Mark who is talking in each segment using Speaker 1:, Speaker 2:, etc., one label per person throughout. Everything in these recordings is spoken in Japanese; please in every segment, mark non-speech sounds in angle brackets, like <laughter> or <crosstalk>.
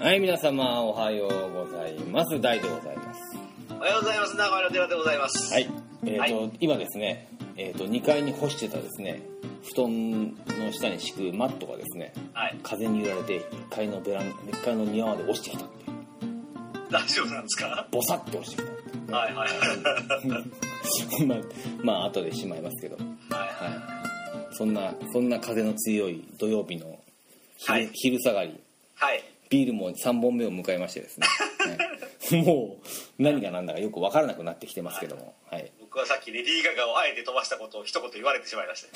Speaker 1: はい、皆様おはようございます。大でございます。
Speaker 2: おはようございます。名古屋の寺でございます。
Speaker 1: はい。えっ、と、
Speaker 2: は
Speaker 1: 今ですね、えっ、と、2階に干してたですね、布団の下に敷くマットがですね、
Speaker 2: はい。
Speaker 1: 風に揺られて1階のベラン、1階の庭まで落ちてきたっていう。
Speaker 2: 大丈夫なんですか。
Speaker 1: ボサッて落ちてきたっていうね。
Speaker 2: はいはいは
Speaker 1: <laughs>
Speaker 2: い。
Speaker 1: まあ、まあ、後でしまいますけど。
Speaker 2: は
Speaker 1: はい。そんな、そんな風の強い土曜日の昼,、
Speaker 2: はい
Speaker 1: 昼下がり、
Speaker 2: い。はい。
Speaker 1: ビールも3本目を迎えましてですね、
Speaker 2: <laughs>
Speaker 1: はいもう何が何だかよく分からなくなってきてますけども、はい
Speaker 2: 僕はさっきレディー・ガガをあえて飛ばしたことを一言言われてしまいまし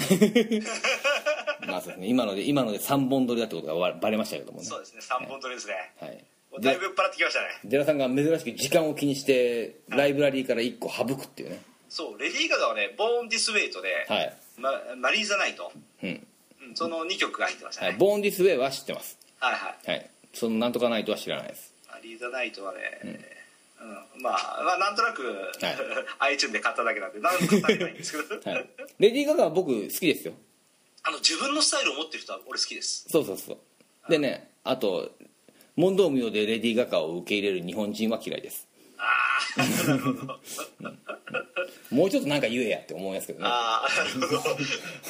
Speaker 2: た。
Speaker 1: まあそうですね、今ので今ので3本撮りだってことがわバレましたけどもね
Speaker 2: そうですね。三本取りですね。
Speaker 1: はい
Speaker 2: もうだい
Speaker 1: で
Speaker 2: ぶ酔っ払ってきましたね。
Speaker 1: デラさんが珍しく時間を気にしてライブラリーから1個省くっていうね
Speaker 2: そう、レディー・ガガはね、ボーン・ディス・ウェイトで、
Speaker 1: はい、
Speaker 2: ま、マリー・ザ・ナイト、
Speaker 1: うん
Speaker 2: うん、その二曲が入ってました
Speaker 1: はい、
Speaker 2: ね。
Speaker 1: ボーンディスウェイは知ってます
Speaker 2: はいはい。
Speaker 1: はいそのなんとかないとは知らないです
Speaker 2: マリー・ザ・ナイトはね、うんまあ、まあ、なんとなく、iTunes で買っただけなんで、なんとか買えないんですけど、 <laughs>
Speaker 1: はい、レディー・ガガは僕好きですよ
Speaker 2: あの自分のスタイルを持ってる人は俺好きです。
Speaker 1: そうそうそうでねあと問答無用でレディー・ガガを受け入れる日本人は嫌いです
Speaker 2: ああ、なるほど。
Speaker 1: もうちょっとなんか言えやって思いますけどね
Speaker 2: ああ、なるほど。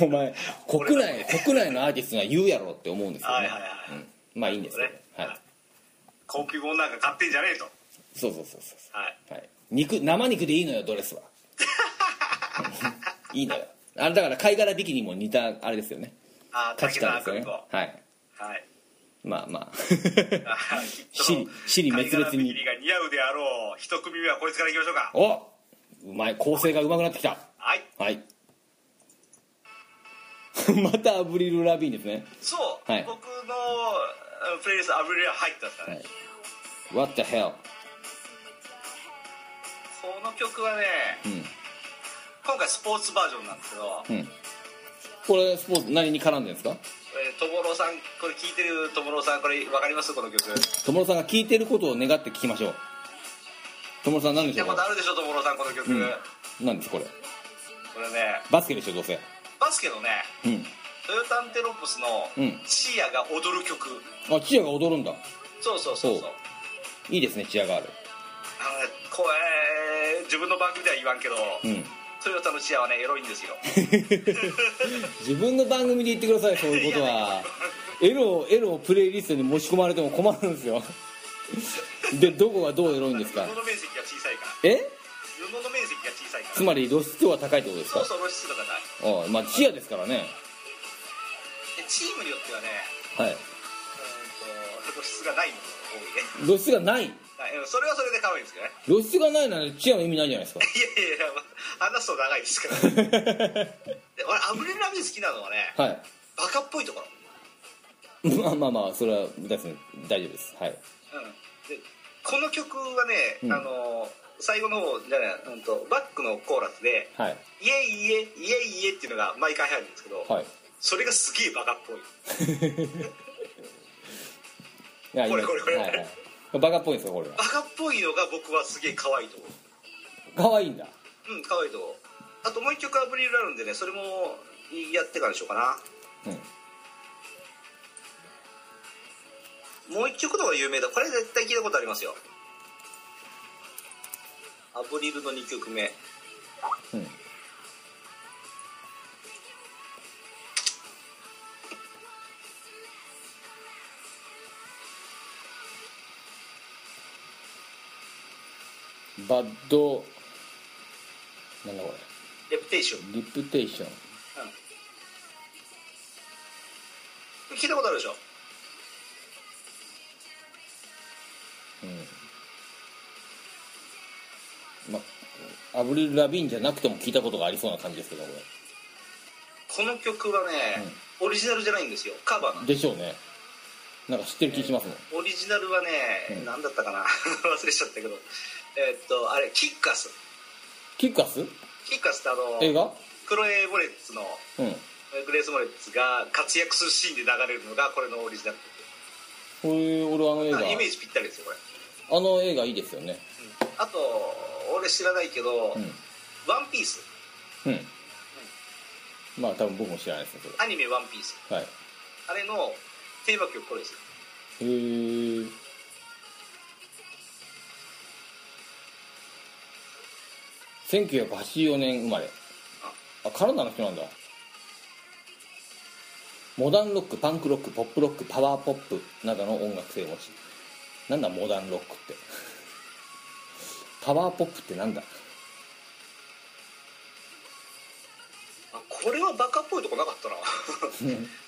Speaker 1: お前国内国内のアーティストが言うやろって思うんですよ
Speaker 2: はい
Speaker 1: ね
Speaker 2: はいはい。
Speaker 1: うんまあいいんですけど
Speaker 2: ね
Speaker 1: はい
Speaker 2: コンピゴンなんか買ってんじゃねえと。
Speaker 1: そうそうそうそ
Speaker 2: はい。
Speaker 1: う、はい、肉生肉でいいのよドレスは <laughs> いいのよあれだから貝殻ビキニも似たあれですよね
Speaker 2: ああ、
Speaker 1: 価値
Speaker 2: 竹田
Speaker 1: 観で
Speaker 2: 明
Speaker 1: すよ
Speaker 2: 子。
Speaker 1: ねはい
Speaker 2: はい。
Speaker 1: まあまあ <laughs>
Speaker 2: シ
Speaker 1: 尻尻滅裂に
Speaker 2: が似合うであろう。一組目はこいつからいきましょうか。
Speaker 1: おうまい構成がうまくなってきた
Speaker 2: はい。
Speaker 1: はい <laughs> またアブリル・ラビーンですね
Speaker 2: そう。
Speaker 1: はい
Speaker 2: 僕のうんプレイリストアブリル入ったんですから
Speaker 1: は
Speaker 2: ね。
Speaker 1: い What the hell
Speaker 2: この曲はね、
Speaker 1: うん
Speaker 2: 今回スポーツバージョンなんですけど、
Speaker 1: うんこれスポーツ何に絡んでるんですか
Speaker 2: えー、トモロウさん、これ聞いてるトモロウさん、これわかりますこの曲。聞
Speaker 1: 友野さんが聞いてることを願って聞きましょう友野さん何で
Speaker 2: い
Speaker 1: しょ
Speaker 2: た
Speaker 1: う
Speaker 2: こと
Speaker 1: か
Speaker 2: あるでしょ、トモロウさん、この曲。
Speaker 1: うん
Speaker 2: こ
Speaker 1: 何ですこれ
Speaker 2: れね、
Speaker 1: バスケでしょどうせ
Speaker 2: バスケのね、
Speaker 1: うん
Speaker 2: トヨタンテロップスの
Speaker 1: うん
Speaker 2: シーアが踊る曲、
Speaker 1: あチアが踊るんだ
Speaker 2: そうそうそう
Speaker 1: ほ
Speaker 2: そう
Speaker 1: ういいですねチアがある
Speaker 2: あのねこれ自分の番組では言わんけど、
Speaker 1: うん <laughs>
Speaker 2: トヨタのシーアはねエロいんですよ
Speaker 1: 自分の番組で言ってくださいそういうことはエロをエロをプレイリストに持ち込まれても困るんですよでどこがどうエロいんです
Speaker 2: 布
Speaker 1: か
Speaker 2: の面積が小さいから
Speaker 1: え
Speaker 2: 布の面積が小さいか
Speaker 1: つ
Speaker 2: ら
Speaker 1: まり露出度は高いってことですか
Speaker 2: そうそう露出度がない
Speaker 1: ああまあチアですからね
Speaker 2: でチームによってはね
Speaker 1: はい
Speaker 2: うんと露出がないのが多いね <laughs>
Speaker 1: 露出がない
Speaker 2: はいうんそれはそれで可愛いんですけどね
Speaker 1: 露出がないならチアの意味ないじゃないですか
Speaker 2: いやいやいや話すと長いです <laughs> からで俺アブレラビー好きなのは
Speaker 1: <laughs>
Speaker 2: ね
Speaker 1: はい
Speaker 2: バカっぽいところ
Speaker 1: まあまあまあそれはですね大丈夫ですはい
Speaker 2: うんでこの曲はね、
Speaker 1: うん
Speaker 2: あの最後の方じゃない、うん、とバックのコーラスで
Speaker 1: はい
Speaker 2: 「イエイイエイイエイイエ」っていうのが毎回入るんですけど、
Speaker 1: はい
Speaker 2: それがすげえバカっぽい
Speaker 1: いや
Speaker 2: これ
Speaker 1: 今
Speaker 2: これこれ
Speaker 1: はいはい、バカっぽいんですよこれは
Speaker 2: バカっぽいのが僕はすげえ可愛いと思
Speaker 1: 可愛いんだ
Speaker 2: ううん可愛いと思うあともう一曲アブリルあるんでねそれもやってからにしようかな
Speaker 1: うん
Speaker 2: もう一曲の方が有名だこれ絶対聞いたことありますよアブリルの2曲目
Speaker 1: うんバッドなんだこ
Speaker 2: 「レプテーション
Speaker 1: れリプテーション」
Speaker 2: うん、聞いたことあるでしょ
Speaker 1: まあアブリル・ラビーンじゃなくても聞いたことがありそうな感じですけどこ
Speaker 2: この曲はね、オリジナルじゃないんですよカバーなの
Speaker 1: れでしょうねなんか知ってる気しますもん、
Speaker 2: オリジナルはね、
Speaker 1: うん
Speaker 2: 何だったかな <laughs> 忘れちゃったけどえーっとあれキッカス
Speaker 1: キックアス
Speaker 2: キッカスってあ
Speaker 1: 映画
Speaker 2: のクロエ・モレッツの
Speaker 1: うん
Speaker 2: グレース・モレッツが活躍するシーンで流れるのがこれのオリジナル
Speaker 1: これ俺あの映画
Speaker 2: あイメージぴったりですよこれ、
Speaker 1: あの映画いいですよね
Speaker 2: うんあと俺知らないけど「
Speaker 1: う
Speaker 2: ワンピース
Speaker 1: んうんまあ多分僕も知らないですね
Speaker 2: アニメ「ワンピース
Speaker 1: それはい
Speaker 2: あれのテーマ曲これですよ
Speaker 1: へえ1984年生まれあカナダの人なんだモダンロックパンクロックポップロックパワーポップなどの音楽性を持ちなんだモダンロックって <laughs> パワーポップってなんだ <laughs>
Speaker 2: あこれはバカっぽいとこなかったな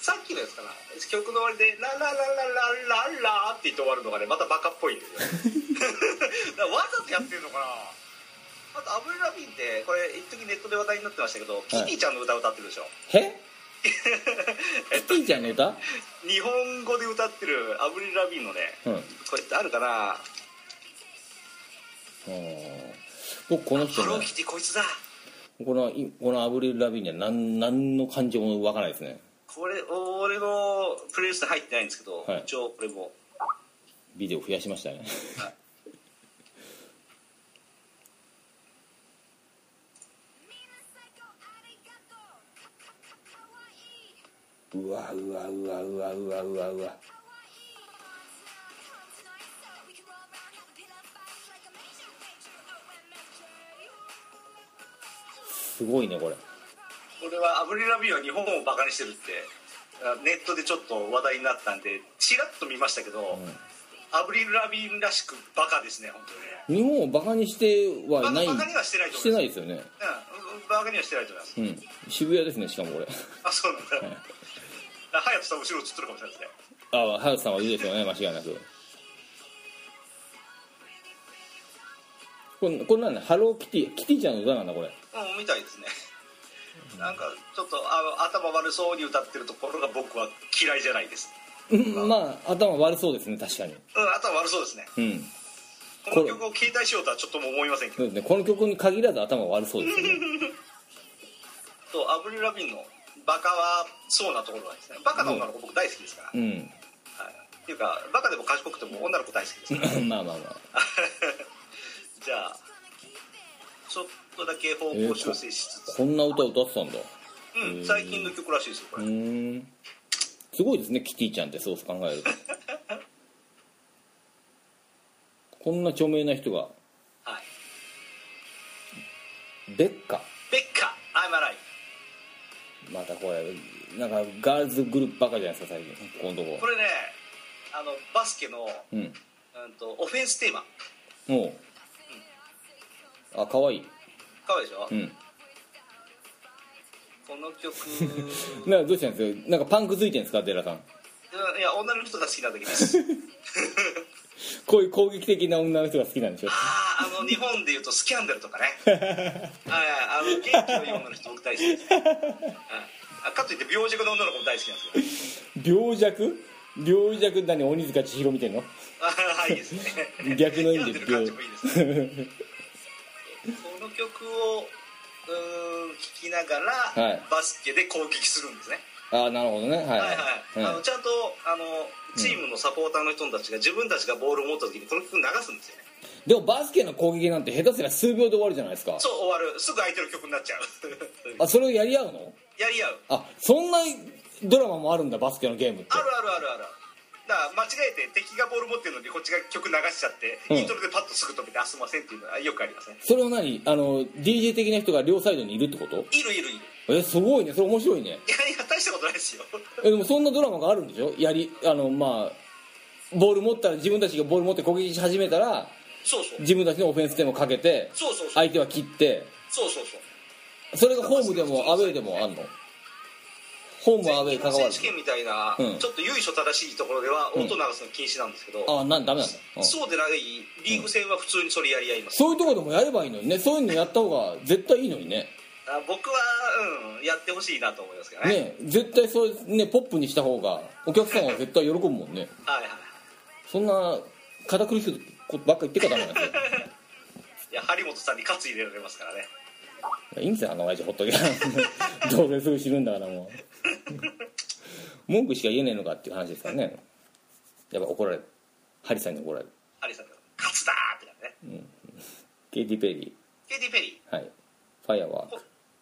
Speaker 2: さっきのやつかな曲の終わりで「ラララララララ」って言って終わるのがね <laughs> またバカっぽいんですよだからわざとやってるのかなあとアブリル・ラビーンってこれ一時ネットで話題になってましたけど、キティちゃんの歌歌ってるでしょ
Speaker 1: へキティちゃんの歌
Speaker 2: 日本語で歌ってるアブリル・ラビーンのね
Speaker 1: うん
Speaker 2: これってあるかな
Speaker 1: うん僕この人
Speaker 2: ハロー
Speaker 1: ね
Speaker 2: キティこいつだ
Speaker 1: このいこのアブリル・ラビーンには何何の感情もわからないですね
Speaker 2: これ俺のプレイリスト入ってないんですけど、
Speaker 1: はい
Speaker 2: 一応これも
Speaker 1: ビデオ増やしましたねうわうわうわうわうわうわうわすごいねこれ
Speaker 2: これはアブリル・ラビーンは日本をバカにしてるってあネットでちょっと話題になったんでちらっと見ましたけど、アブリル・ラビーンらしくバカですね本当にね
Speaker 1: 日本をバカにしては
Speaker 2: バ
Speaker 1: ない
Speaker 2: カバカにはしてないと
Speaker 1: し
Speaker 2: 思い
Speaker 1: て
Speaker 2: ま
Speaker 1: ない
Speaker 2: す
Speaker 1: ですよね
Speaker 2: うんうんバカにはしてないと思います
Speaker 1: うん渋谷ですねしかもこれ
Speaker 2: あそうなんだ隼人さん後ろ映ってるかもしれないですね
Speaker 1: ああハウスさんは言うですよね間違いなくこれこれなんだハローキティキティちゃんの歌なんだこれ
Speaker 2: うんみたいですねなんかちょっとあの頭悪そうに歌ってるところが僕は嫌いじゃないです
Speaker 1: うんまあ頭悪そうですね確かに
Speaker 2: うん頭悪そうですね
Speaker 1: うん
Speaker 2: この曲を携帯しようとはちょっとも思いませんけど
Speaker 1: そうですねこの曲に限らず頭悪そうですよね
Speaker 2: とアブリル・ラビンのバカはそうなところなんですねバカな女の子僕大好きですから、
Speaker 1: う
Speaker 2: はい、っていうかバカでも賢くても女の子大好きですから
Speaker 1: ん <laughs> まあまあまあ
Speaker 2: じゃあちょっとだけ方向修正しつつ、
Speaker 1: こんな歌歌ってたんだ
Speaker 2: うん、最近の曲らしいですよこ
Speaker 1: う
Speaker 2: れ、
Speaker 1: ーんすごいですねキティちゃんってそう考えるとこんな著名な人が
Speaker 2: はい、
Speaker 1: ベッカ
Speaker 2: ベッカ「I'm Alive
Speaker 1: またこれなんかガールズグループばっかじゃないですか最近このと」
Speaker 2: こ
Speaker 1: こ
Speaker 2: れねあのバスケの、
Speaker 1: うん
Speaker 2: うん、とオフェンステーマ
Speaker 1: もうあ可愛い
Speaker 2: かわいいでしょ、
Speaker 1: うん
Speaker 2: この曲 <laughs>
Speaker 1: なんかどうしたんですかなんかパンクついてんですか寺さん
Speaker 2: いや女の人が好きなだけです
Speaker 1: <laughs> こういう攻撃的な女の人が好きなんでしょ
Speaker 2: あああの日本でいうとスキャンダルとかね
Speaker 1: <laughs>
Speaker 2: はいあの元気のいい女の人僕大好きです、はいあかといって病弱の女の子も大好きなんですけど
Speaker 1: 病弱病弱何鬼塚千尋見てんの
Speaker 2: ああいいですね
Speaker 1: 逆の意味で
Speaker 2: 病んる感じもいいですね
Speaker 1: 病
Speaker 2: <laughs> この曲をうーん聴きながら、
Speaker 1: はい
Speaker 2: バスケで攻撃するんですね
Speaker 1: ああなるほどねはいはい
Speaker 2: はいはい、あ
Speaker 1: う
Speaker 2: の
Speaker 1: ん
Speaker 2: ちゃんとあのチームのサポーターの人たちが自分たちがボールを持った時にこの曲流すんですよね
Speaker 1: でもバスケの攻撃なんて下手すりゃ数秒で終わるじゃないですか
Speaker 2: そう終わるすぐ相手の曲になっちゃう
Speaker 1: あそれをやり合うの
Speaker 2: やり合う
Speaker 1: あそんなドラマもあるんだバスケのゲームって
Speaker 2: あるあるあるあるだから間違えて敵がボール持ってるのにこっちが曲流しちゃって、
Speaker 1: うん
Speaker 2: イントロでパッとすぐ止めて「あすいません」っていうのはよくありますね
Speaker 1: それは何あの DJ 的な人が両サイドにいるってこと
Speaker 2: いるいるいる
Speaker 1: えすごいねそれ面白いね
Speaker 2: いやいや大したことないですよ
Speaker 1: えでもそんなドラマがあるんでしょやりあのまあボール持ったら自分たちがボール持って攻撃し始めたら
Speaker 2: そうそう
Speaker 1: 自分たちのオフェンス点をかけて
Speaker 2: そうそうそう
Speaker 1: 相手は切って
Speaker 2: そうそうそう
Speaker 1: それがホームでもアウェーでもあんのホームアウェー関
Speaker 2: 全日本
Speaker 1: わら
Speaker 2: 選
Speaker 1: ず
Speaker 2: 手権みたいな、
Speaker 1: うん
Speaker 2: ちょっと由緒正しいところでは音流すの禁止なんですけど、
Speaker 1: ああなんダメなんだ、うん
Speaker 2: そうでないリーグ戦は普通にそれやり合います、
Speaker 1: そういうとこでもやればいいのにねそういうのやった方が絶対いいのにね
Speaker 2: あ僕は、うん、やってほしいなと思いますけどね
Speaker 1: ね絶対そうねポップにした方がお客さんは絶対喜ぶもんね
Speaker 2: はいはい
Speaker 1: そんな堅苦しいことばっか言ってかダメなんですよ
Speaker 2: いや張本さんに喝入れられますからね
Speaker 1: いやいいんですよあの親父ほっとけばどうせすぐ死ぬんだからもう文句しか言えねえのかっていう話ですからねやっぱ怒られるハリさんに怒られる
Speaker 2: ハリーさんが「勝つだ!」ってなるね
Speaker 1: ケイティ・ペリ
Speaker 2: ケイティ・ペリー
Speaker 1: ーはいファイアワーク
Speaker 2: こ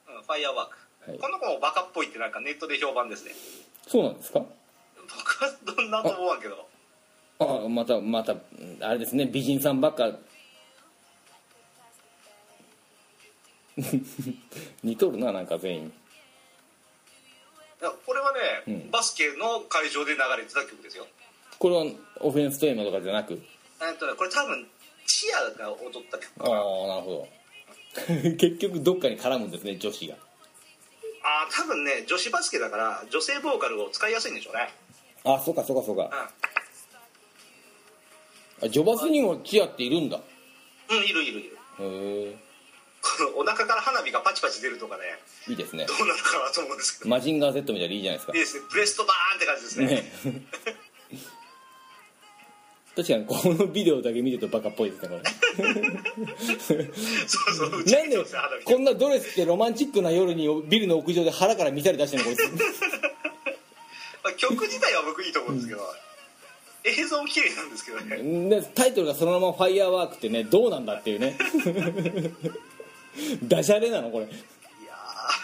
Speaker 2: うんファイヤーワーク、
Speaker 1: はい
Speaker 2: この子もバカっぽいってなんかネットで評判ですね
Speaker 1: そうなんですか
Speaker 2: 僕はどんなと思わんけど
Speaker 1: あまたまたうんあれですね美人さんばっか <laughs> 似とるななんか全員
Speaker 2: いやこれはね、
Speaker 1: うん
Speaker 2: バスケの会場で流れてた曲ですよ
Speaker 1: これはオフェンステーマとかじゃなく
Speaker 2: えっとねこれ多分チアが踊った曲
Speaker 1: ああなるほど <laughs> 結局どっかに絡むんですね女子が
Speaker 2: ああ多分ね女子バスケだから女性ボーカルを使いやすいんでしょうね
Speaker 1: あそうかそうかそう
Speaker 2: う
Speaker 1: かあジョバスにもチアっているんだ
Speaker 2: ん、うん、いるいるいる
Speaker 1: へえ
Speaker 2: このお腹から花火がパチパチ出るとかね
Speaker 1: いいですね
Speaker 2: どうなるかなと思うんですけど
Speaker 1: マジンガー Z みたいでいいじゃないですか
Speaker 2: いいですねブレストバーンって感じですね
Speaker 1: ね <laughs> 確かにこのビデオだけ見てるとバカっぽいですね
Speaker 2: <laughs>
Speaker 1: こ
Speaker 2: そうそう打
Speaker 1: れ
Speaker 2: ち
Speaker 1: なん
Speaker 2: 上げ
Speaker 1: で
Speaker 2: てますね花火
Speaker 1: こんなドレスってロマンチックな夜にビルの屋上で腹から見たり出してるのこい
Speaker 2: <laughs>
Speaker 1: つ
Speaker 2: まあ、曲自体は僕いいと思うんですけど、映像も綺麗なんですけどね
Speaker 1: でタイトルがそのまま「ファイヤーワーク」ってねどうなんだっていうね <laughs> ダジャレなのこれ
Speaker 2: いや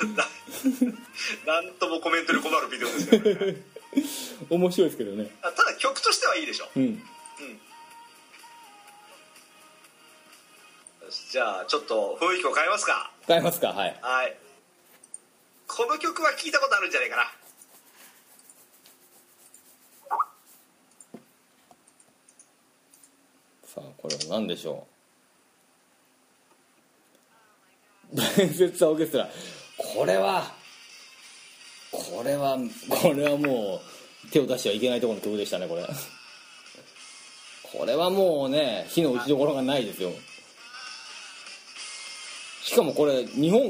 Speaker 2: ーななん <laughs> ともコメントに困るビデオですけど、ね、
Speaker 1: 面白いですけどね
Speaker 2: あただ曲としてはいいでしょ
Speaker 1: うん
Speaker 2: じゃあちょっと雰囲気を変えますか
Speaker 1: 変えますかはい
Speaker 2: はいこの曲は聞いたことあるんじゃないかな
Speaker 1: さあこれは何でしょう <laughs> 伝説はオーケストラこれはこれはこれはもう手を出してはいけないところの曲でしたねこれこれはもうね火の打ちどころがないですよしかもこれ日本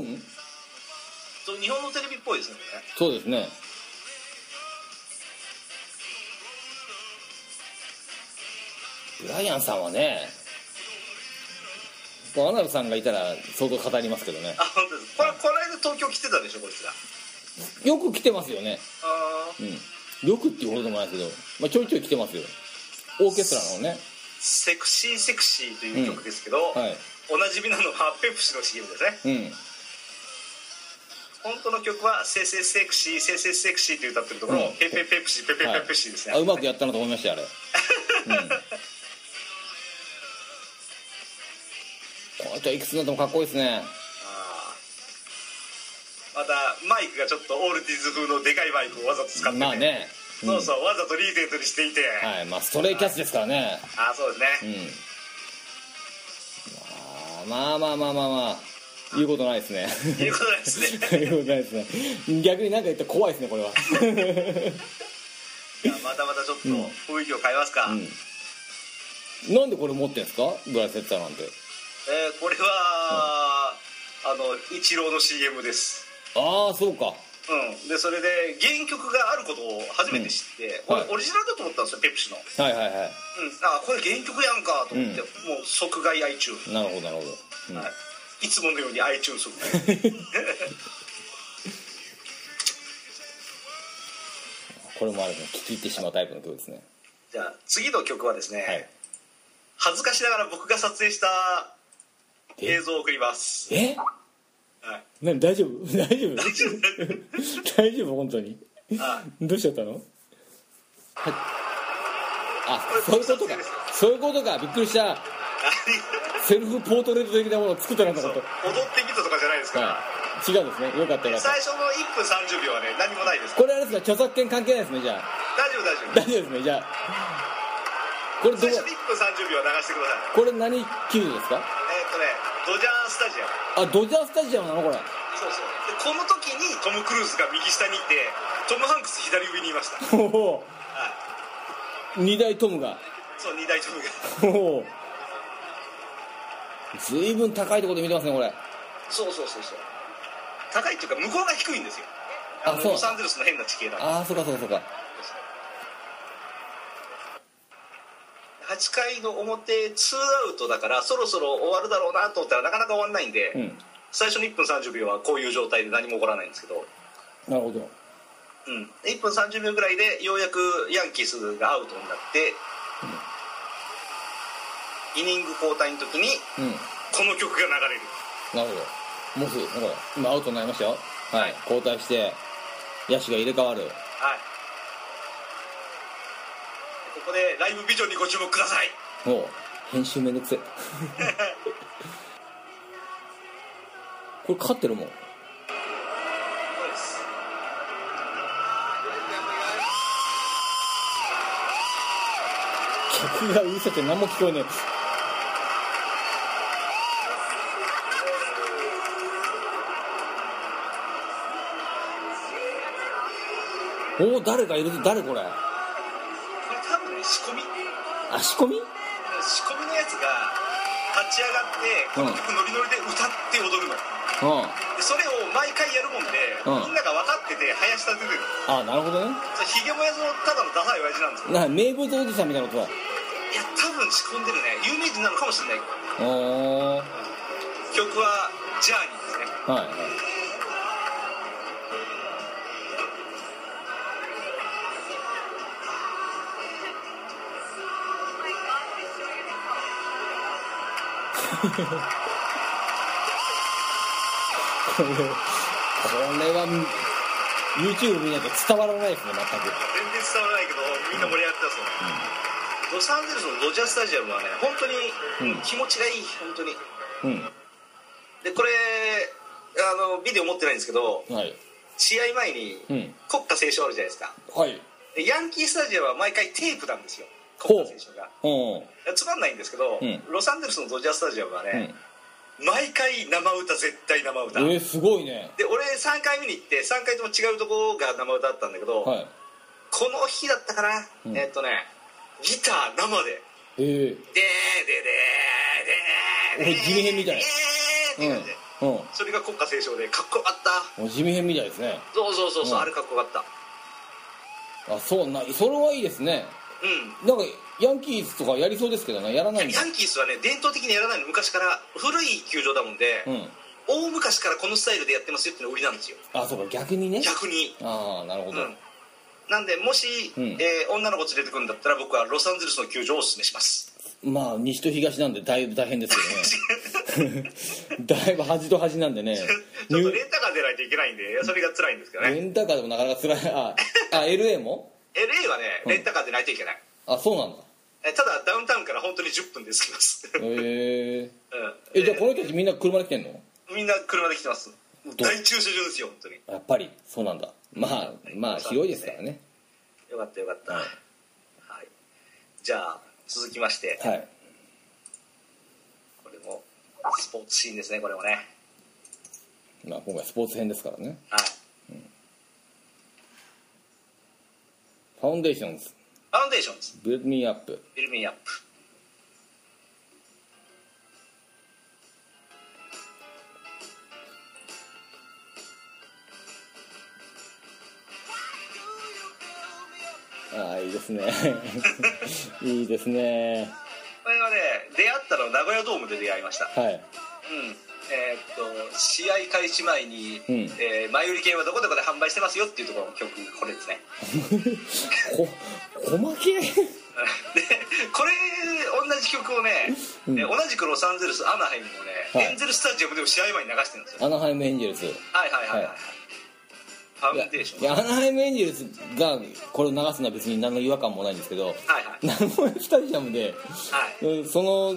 Speaker 2: そう日本のテレビっぽいですよね
Speaker 1: そうですねブライアンさんはねまあアナルさんがいたら相当語りますけどね
Speaker 2: あ本当ですこれこの間東京来てたでしょこいつら
Speaker 1: よく来てますよね、
Speaker 2: あー
Speaker 1: うん、よくっていうほどでもないですけど、まあ、ちょいちょい来てますよオーケストラの方ね
Speaker 2: セクシーセクシーという曲ですけど、
Speaker 1: はい
Speaker 2: おなじみなのはペプシの CM ですね
Speaker 1: うん
Speaker 2: 本当の曲は「せいせいセクシーせいせいセクシー」って歌ってるところ
Speaker 1: う
Speaker 2: を
Speaker 1: ん
Speaker 2: 「ペペペプシペペ
Speaker 1: はい
Speaker 2: ペプシ」ですね、
Speaker 1: あうまくやったなと思いましたよあれ、
Speaker 2: <laughs>
Speaker 1: うん、この人いくつになってもかっこいいですね
Speaker 2: あーまたマイクがちょっとオールディーズ風のでかいマイクをわざと使って、
Speaker 1: まあね、うん
Speaker 2: そうそうわざとリーゼントにしていて、
Speaker 1: はいまあストレイキャッツですからね
Speaker 2: ああそうですね、
Speaker 1: うんまあまあまあまあまあまあ言うことないですね <laughs>
Speaker 2: いうことなんですね
Speaker 1: 言うことないですね逆に何か言ったら怖いですねこれは
Speaker 2: じゃあまたまたちょっと雰囲気を変えますか、
Speaker 1: うん
Speaker 2: え
Speaker 1: なんでこれ持ってんですかブラセッターなんて
Speaker 2: ーこれは、あのイチローの CM です
Speaker 1: ああそうか
Speaker 2: うん、でそれで原曲があることを初めて知って、
Speaker 1: うんはい
Speaker 2: これオリジナルだと思ったんですよペプシの、うん、
Speaker 1: はいはいは
Speaker 2: あこれ原曲やんかと思って、
Speaker 1: うん
Speaker 2: もう即買い iTune、
Speaker 1: いなるほどなるほど、うん
Speaker 2: はい、いつものように iTune 即買い
Speaker 1: これもあるね聞き入ってしまうタイプの曲ですね
Speaker 2: じゃあ次の曲はですね、
Speaker 1: はい
Speaker 2: 恥ずかしながら僕が撮影した映像を送ります、
Speaker 1: え
Speaker 2: はい、 <laughs>
Speaker 1: な大丈夫 <laughs> 大丈夫大丈夫 <laughs> 本当に
Speaker 2: あ
Speaker 1: どうしちゃったのはいあ
Speaker 2: これ
Speaker 1: そういうこと
Speaker 2: 撮
Speaker 1: か
Speaker 2: 影です
Speaker 1: そういうことかびっくりしたセルフポートレート的なものを作ったのか
Speaker 2: そう
Speaker 1: と
Speaker 2: 踊ってみたとかじゃないですから、
Speaker 1: はい違うんですねよかったよかった
Speaker 2: 最初の1分30秒はね何もないです
Speaker 1: これあれですか著作権関係ないですねじゃあ
Speaker 2: 大丈夫大丈
Speaker 1: 大
Speaker 2: 夫
Speaker 1: 丈夫ですねじゃあこれど
Speaker 2: 最
Speaker 1: う
Speaker 2: 初の1分30秒は流してください
Speaker 1: これ何球ですか
Speaker 2: えーっとねドジャースタジアム
Speaker 1: あドジャースタジアムなのこれ
Speaker 2: そうそうでこの時にトム・クルーズが右下にいてトム・ハンクス左上にいました、はい、
Speaker 1: ほほ二大トムが
Speaker 2: そう2大トムが
Speaker 1: ほほずいぶん高いところで見てますねこれ
Speaker 2: そうそうそうそう高いっていうか向こうが低いんですよあ
Speaker 1: あ
Speaker 2: の
Speaker 1: そう
Speaker 2: ロサンゼルスの変な地形なんで
Speaker 1: ああそうかそうかそうか
Speaker 2: 8回の表ツーアウトだからそろそろ終わるだろうなと思ったらなかなか終わんないんで、
Speaker 1: うん
Speaker 2: 最初の1分30秒はこういう状態で何も起こらないんですけど、
Speaker 1: なるほど
Speaker 2: うん、1分30秒ぐらいでようやくヤンキースがアウトになって、イニング交代の時に
Speaker 1: うん
Speaker 2: この曲が流れる
Speaker 1: なるほど。もうすぐ、ほら、今アウトになりましたよ。はい。交代して、野手が入れ替わる。
Speaker 2: はいここでライブビジョンにご注目ください
Speaker 1: <laughs> もう、編集めんどくせえ。これかかってるもん
Speaker 2: です
Speaker 1: 客がうるせて何も聞こえねえおお誰がいる誰これあ
Speaker 2: これ多分ね仕込み
Speaker 1: 仕込み
Speaker 2: 仕込みのやつが立ち上がってこの曲ノリノリで歌って踊るの、
Speaker 1: うん
Speaker 2: でそれを毎回やるもんで、
Speaker 1: うん
Speaker 2: みんなが分かってて林立ててる
Speaker 1: あなるほどね
Speaker 2: それひげもやそのただのダサい親父
Speaker 1: な
Speaker 2: なんですよ
Speaker 1: 名物おじさんみたいなことだ
Speaker 2: いや多分仕込んでるね有名人なのかもしれない
Speaker 1: おおはい
Speaker 2: 曲は「ジャーニー」ですね
Speaker 1: はいこれこれは YouTube 見ないと伝わらないですね
Speaker 2: 全然伝わらないけどみんな盛り上がってたそう、ロサンゼルスのドジャースタジアムはね本当に、
Speaker 1: うん
Speaker 2: 気持ちがいい本当に
Speaker 1: 全く
Speaker 2: でこれあのビデオ持ってないんですけど
Speaker 1: うんはい
Speaker 2: 試合前に
Speaker 1: うん
Speaker 2: 国歌斉唱あるじゃないですか
Speaker 1: はい
Speaker 2: でヤンキースタジアムは毎回テープなんですよ
Speaker 1: ほう
Speaker 2: 国歌斉唱が
Speaker 1: おお
Speaker 2: つまんないんですけど、
Speaker 1: うん
Speaker 2: ロサンゼルスのドジャースタジアムは
Speaker 1: うん
Speaker 2: ね、毎回生歌絶対生歌、
Speaker 1: えー、すごいね
Speaker 2: で俺3回見に行って3回とも違うとこが生歌だったんだけど、
Speaker 1: はい
Speaker 2: この日だったかな、
Speaker 1: うん
Speaker 2: えっとねギター生で
Speaker 1: え
Speaker 2: 「でーでーでーでー
Speaker 1: おい地味編みたい
Speaker 2: でーって
Speaker 1: え
Speaker 2: いう感じで
Speaker 1: うんうん
Speaker 2: それが国歌斉唱でかっこよかった
Speaker 1: もう地味編みたいですね
Speaker 2: そうそうそうそう、
Speaker 1: うん
Speaker 2: あれかっこよかった
Speaker 1: あそうなそれはいいですね
Speaker 2: うん
Speaker 1: なんかヤンキースとかやりそうですけどねやらないんだ
Speaker 2: ヤンキースはね伝統的にやらないの昔から古い球場だもんで、
Speaker 1: うん
Speaker 2: 大昔からこのスタイルでやってますよっていうのが売りなんですよ
Speaker 1: あそうか逆にね
Speaker 2: 逆に
Speaker 1: ああなるほ
Speaker 2: う
Speaker 1: ど、
Speaker 2: んなんでもし、
Speaker 1: うん
Speaker 2: えー女の子連れてくるんだったら僕はロサンゼルスの球場をおすすめします
Speaker 1: まあ西と東なんでだいぶ大変ですけどねだいぶ端と端なんでね
Speaker 2: ちょっとレンタカーでないといけないんでそれが辛いんですけどね
Speaker 1: レンタカーでもなかなか辛いああ LA も
Speaker 2: LA はねレンタカーでないといけない、
Speaker 1: あそうなんだ
Speaker 2: えただダウンタウンから本当に10分で着きます、うん
Speaker 1: へええじゃあこの人たちみんな車で来てんの
Speaker 2: みんな車で来てます大駐車場ですよ本当に
Speaker 1: やっぱりそうなんだまあまあ広いですからね
Speaker 2: よかったよかった、はいじゃあ続きまして、
Speaker 1: はい
Speaker 2: これもスポーツシーンですねこれもね
Speaker 1: まあ今回スポーツ編ですからね
Speaker 2: はい
Speaker 1: ファウンデーションズ
Speaker 2: ファウンデーションです
Speaker 1: ビルドミーアップ
Speaker 2: ビルミンアップ
Speaker 1: ああいいですね <laughs> いいですね
Speaker 2: これはね出会ったのは名古屋ドームで出会いました
Speaker 1: はい
Speaker 2: うんえーっと試合開始前に、
Speaker 1: うん
Speaker 2: えー前売り券はどこどこで販売してますよっていうところの曲これですね <laughs>
Speaker 1: こ細けえ
Speaker 2: でこれ同じ曲をね、
Speaker 1: うん
Speaker 2: えー同じくロサンゼルスアナハイムのね、
Speaker 1: はい
Speaker 2: エンゼルスタジアムでも試合前に流してるんです
Speaker 1: <laughs>
Speaker 2: よ
Speaker 1: アナハイムエンジェルス
Speaker 2: はいはいはいはい、
Speaker 1: は
Speaker 2: はい、
Speaker 1: い
Speaker 2: ファ
Speaker 1: や
Speaker 2: ウンデーション
Speaker 1: いやアナハイムエンジェルスがこれを流すのは別に何の違和感もないんですけど
Speaker 2: はいはい
Speaker 1: 名古屋スタジアムで
Speaker 2: はい
Speaker 1: うんその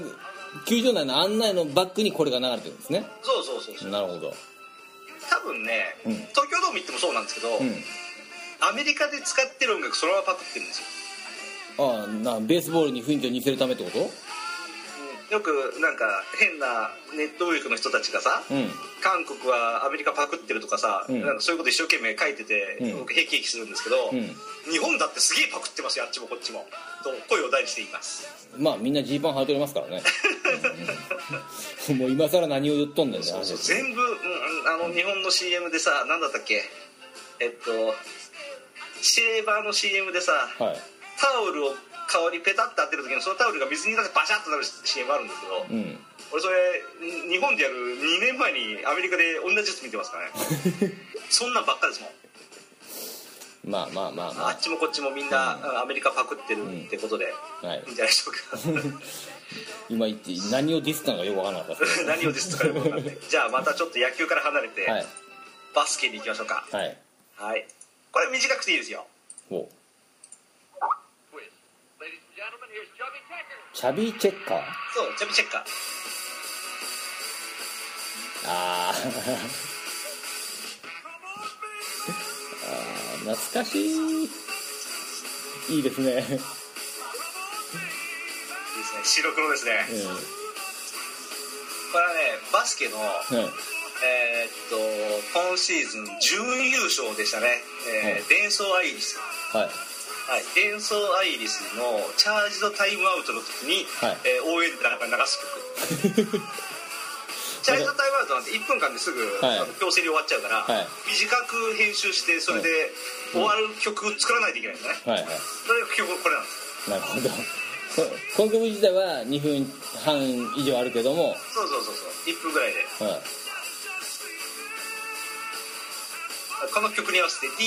Speaker 1: 球場内の案内のバックにこれが流れてるんですね
Speaker 2: そうそうそうそう
Speaker 1: なるほど
Speaker 2: 多分ね、
Speaker 1: うん
Speaker 2: 東京ドーム行ってもそうなんですけど、
Speaker 1: うん
Speaker 2: アメリカで使ってる音楽そのままパクってるんですよ
Speaker 1: ああなベースボールに雰囲気を似せるためってこ
Speaker 2: よくなんか変なネットウィークの人たちがさ、
Speaker 1: とうん
Speaker 2: 韓国はアメリカパクってるとかさ、
Speaker 1: うん
Speaker 2: なんかそういうこと一生懸命書いてて、
Speaker 1: うん
Speaker 2: 僕ヘキヘキするんですけど、
Speaker 1: うん
Speaker 2: 日本だってすげえパクってますよあっちもこっちもと声を大にして言います
Speaker 1: まあみんなジーパン履いておりますからねうんもう今更何を言っとんねんね
Speaker 2: そうそう全部、うんうん、あの日本の CM でさ何だったっけえっとシェーバーの CM でさ
Speaker 1: はい
Speaker 2: タオルを顔にペタッと当てる時にそのタオルが水になってバシャッとなる CM あるんですけど、
Speaker 1: うん
Speaker 2: 俺それん日本でやる2年前にアメリカで同じやつ見てますからね <laughs> そんなんばっかですもん
Speaker 1: まあまあまあま
Speaker 2: あっちもこっちもみんな、うんアメリカパクってるってことで、
Speaker 1: あはい
Speaker 2: いいんじゃないでしょう <laughs> か
Speaker 1: 今言って何をディスったのかよくわからなかったですけ
Speaker 2: 何をですとかよくわかんないじゃあまたちょっと野球から離れて、
Speaker 1: どはい
Speaker 2: バスケに行きましょうか
Speaker 1: はい
Speaker 2: はいこれ短くていいですよ
Speaker 1: おう
Speaker 3: Ladies and gentlemen, here's Chubby Checker.
Speaker 1: チャビーチェッカー
Speaker 2: そうチャビチェッカー
Speaker 1: あーあー懐かしいいいですね、
Speaker 2: いいですね白黒ですね
Speaker 1: うんうん
Speaker 2: これはねバスケのえーっと今シーズン準優勝でしたね、えーデンソーアイリス、
Speaker 1: はい
Speaker 2: はい、デンソーアイリスのチャージドタイムアウトの時に、
Speaker 1: はい
Speaker 2: えー応援団が流す曲チャージドタイムアウトなんて1分間ですぐ、
Speaker 1: はい
Speaker 2: あの強制に終わっちゃうから、
Speaker 1: はい
Speaker 2: 短く編集してそれで終わる曲作らないといけないんだ
Speaker 1: はいは
Speaker 2: ね、
Speaker 1: い
Speaker 2: それが曲これなんです
Speaker 1: なるほどこ <laughs> この曲自体は2分半以上あるけども、
Speaker 2: そうそうそうそう1分ぐらいで
Speaker 1: うん、
Speaker 2: この曲に合わせて DENSO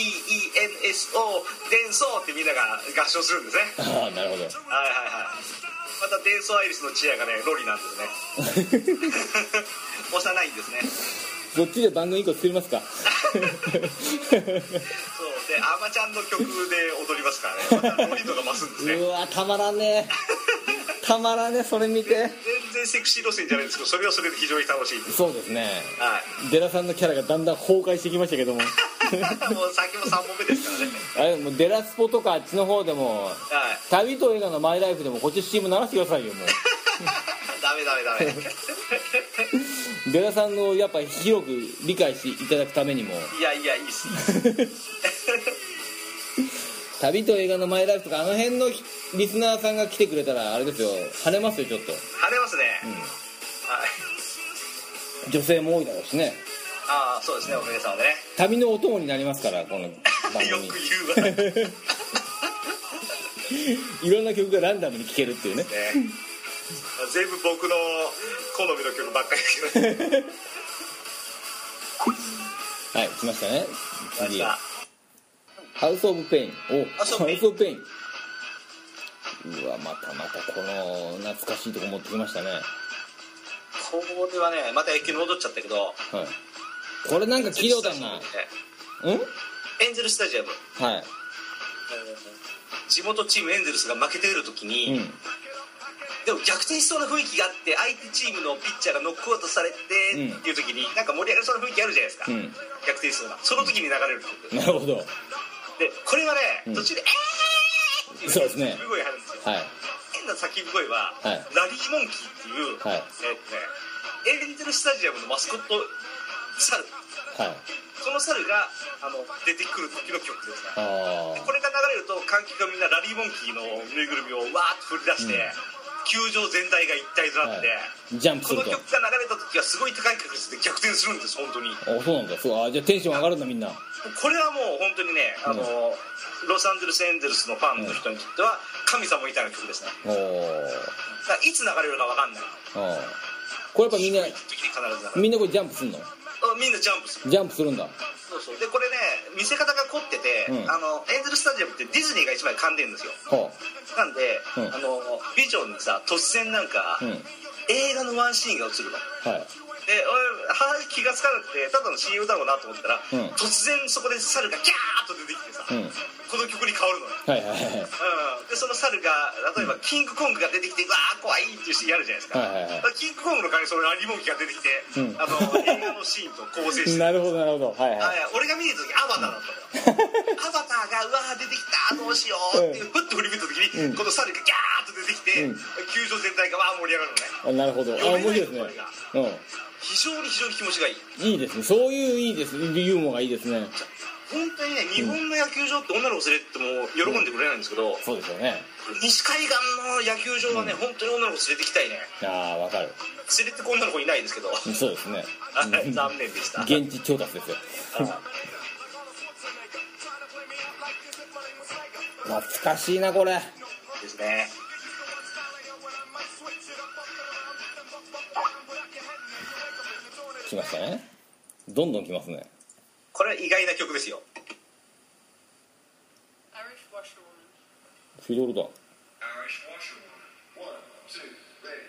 Speaker 2: デンソーってみんなが合唱するんですね
Speaker 1: ああなるほど
Speaker 2: はいはいはいまたデンソーアイリスのチアがねロリなんですね幼いんですね
Speaker 1: どっちで番組1個作りますか
Speaker 2: そうでアマちゃんの曲で踊りますからねまたロリ度が増すんですね
Speaker 1: うわたまらんねたまらんねそれ見て
Speaker 2: 全然セクシー路線じゃないんですけどそれはそれで非常に楽しい
Speaker 1: そうですね
Speaker 2: はい <laughs>
Speaker 1: デラさんのキャラがだんだん崩壊してきましたけども
Speaker 2: もう先も3本目ですからね
Speaker 1: あれもうデラスポとかあっちの方でも
Speaker 2: はい
Speaker 1: 旅と映画のマイライフでもこっち CM 流してくださいよも
Speaker 2: ダメダメダメ
Speaker 1: うデラさんのやっぱ広く理解していただくためにも
Speaker 2: いやいやいいっすいいっす
Speaker 1: 旅と映画のマイライフとかあの辺のリスナーさんが来てくれたらあれですよ跳ねますよちょっと、
Speaker 2: 跳ねますね、
Speaker 1: うん
Speaker 2: はい
Speaker 1: 女性も多いだろうしね
Speaker 2: ああそうですねおかげさまでね
Speaker 1: 旅のお供になりますからこの番
Speaker 2: よ
Speaker 1: 組
Speaker 2: <laughs> く言うわね
Speaker 1: いろんな曲がランダムに聴けるっていうね
Speaker 2: <laughs> 全部僕の好みの曲ばっかりですけど <laughs>
Speaker 1: はい来ましたね
Speaker 2: ま
Speaker 1: 次
Speaker 2: した
Speaker 1: ハウス・オブ・ペインお
Speaker 2: ハウスオ
Speaker 1: ハ
Speaker 2: ブペイン
Speaker 1: ウス・オブ・ペインうわまたまたこの懐かしいとこ持ってきましたね
Speaker 2: これはねまた野球に戻っちゃったけど
Speaker 1: はいこれなんか聞いたことあるなうん
Speaker 2: エンゼルスタジアム、
Speaker 1: はい
Speaker 2: 地元チームエンゼルスが負けてる時に、
Speaker 1: うん
Speaker 2: でも逆転しそうな雰囲気があって相手チームのピッチャーがノックアウトされて
Speaker 1: うん
Speaker 2: っていう時に、なんか盛り上がりそうな雰囲気あるじゃないですか、
Speaker 1: うん
Speaker 2: 逆転しそうなその時に流れる曲、
Speaker 1: なるほど
Speaker 2: でこれは
Speaker 1: うん
Speaker 2: ね途中で「えー!」っていう
Speaker 1: そうですね
Speaker 2: 叫び声入るんです
Speaker 1: は
Speaker 2: よ、
Speaker 1: い
Speaker 2: 変な叫び声は、
Speaker 1: はい
Speaker 2: ラリーモンキ
Speaker 1: はい
Speaker 2: ーっていう、えっとねエンゼルスタジアムのマスコット猿
Speaker 1: はい
Speaker 2: その猿があの出てくる時の曲ですね
Speaker 1: ああ
Speaker 2: これが流れると観客がみんなラリーモンキーのぬいぐるみをわーっと振り出し
Speaker 1: うん
Speaker 2: て、球場全体が一体となって、
Speaker 1: ジャンプす
Speaker 2: この
Speaker 1: ると
Speaker 2: 曲が流れた時はすごい高い確率で逆転するんです本当に
Speaker 1: あそうなんだそうあじゃあテンション上がるんだみんな
Speaker 2: これはもう本当にねあ
Speaker 1: う
Speaker 2: の、ロサンゼルス・エンゼルスのファンの人にとっては神様みたいな曲ですね
Speaker 1: おー
Speaker 2: だからいつ流れるか分かんな
Speaker 1: お
Speaker 2: い
Speaker 1: ーこれやっぱみんな
Speaker 2: 時に必ず流れる
Speaker 1: みんなこれジャンプすんの
Speaker 2: あみんなジャンプする
Speaker 1: ジャンプするんだ
Speaker 2: そうそうでこれね見せ方が凝ってて、
Speaker 1: うん
Speaker 2: あのエンゼルスタジアムってディズニーが一枚噛んでるんですよ
Speaker 1: ほ
Speaker 2: なんで、
Speaker 1: うん
Speaker 2: あのビジョンにさ突然なんか、
Speaker 1: ううん
Speaker 2: 映画のワンシーンが映るの
Speaker 1: はい
Speaker 2: で俺は気がつかなくてただの CM だろうなと思ったら、
Speaker 1: うん
Speaker 2: 突然そこで猿がギャーッと出てきてさ、
Speaker 1: うん
Speaker 2: この曲に変わるの
Speaker 1: は
Speaker 2: よ、
Speaker 1: いはいはい
Speaker 2: うん、でその猿が例えばキングコングが出てきてうわー怖いっていうシーンあるじゃないですか、
Speaker 1: はいはいはい
Speaker 2: だからキングコングの代わりにそのラリモンキが出てきて、
Speaker 1: うん
Speaker 2: あの映画のシーンと構成
Speaker 1: <laughs>
Speaker 2: して
Speaker 1: なるほどなるほどはいはい
Speaker 2: あいや俺が見に行った時アバターだったのアバターがうわー出てきたどうしようっていうふっと振り
Speaker 1: うん
Speaker 2: 向いた時に、この猿がギャーッと出てきて、
Speaker 1: うん
Speaker 2: 球場全体がわー盛り上がるのね
Speaker 1: あなるほどあ面白いですね
Speaker 2: 非常に非常に気持ちがいい
Speaker 1: うんいいですねそういういいですねユーモアがいいですね
Speaker 2: 本当にね日本の野球場って女の子連れても喜んでくれないんですけど、
Speaker 1: そうですよね
Speaker 2: 西海岸の野球場はね、本当に女の子連れてきたいね
Speaker 1: ああわかる
Speaker 2: 連れてこ女の子いないですけど、は
Speaker 1: そうですね
Speaker 2: い <laughs> 残念でした
Speaker 1: 現地調達ですよ
Speaker 2: あ
Speaker 1: 懐かしいなこれ
Speaker 2: ですね
Speaker 1: 来ましたねどんどん来ますね
Speaker 2: これは意外な曲ですよ
Speaker 3: Irish washerwoman.
Speaker 1: フィドルだ
Speaker 4: Irish washerwoman. One, two, ready,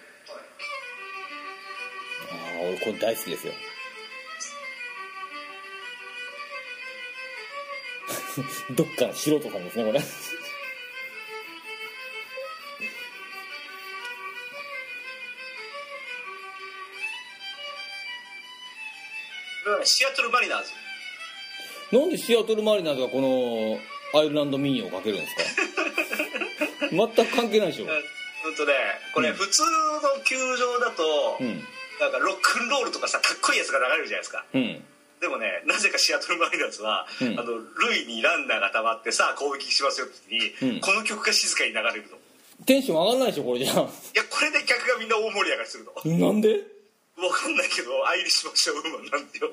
Speaker 4: play.
Speaker 1: ああ俺これ大好きですよ <laughs> どっかの素人さんですねこれ <laughs>
Speaker 2: シアトルマリナーズ
Speaker 1: なんでシアトルマリナーズがこのアイルランド民謡をかけるん <laughs> ですか全く関係ないでしょ
Speaker 2: うんとねこれ
Speaker 1: うん
Speaker 2: 普通の球場だと、
Speaker 1: うん
Speaker 2: なんかロックンロールとかさかっこいいやつが流れるじゃないですか
Speaker 1: うん
Speaker 2: でもねなぜかシアトルマリナーズは、
Speaker 1: うん
Speaker 2: あの塁にランナーがたまってさあ攻撃しますよって時に、
Speaker 1: うん
Speaker 2: この曲が静かに流れるのい
Speaker 1: テンション上がんないでしょこれじゃあ
Speaker 2: やこれで客がみんな大盛り上がりするの分
Speaker 1: なんで
Speaker 2: かんないけどアイリッシュマンショーウーマンなんだよ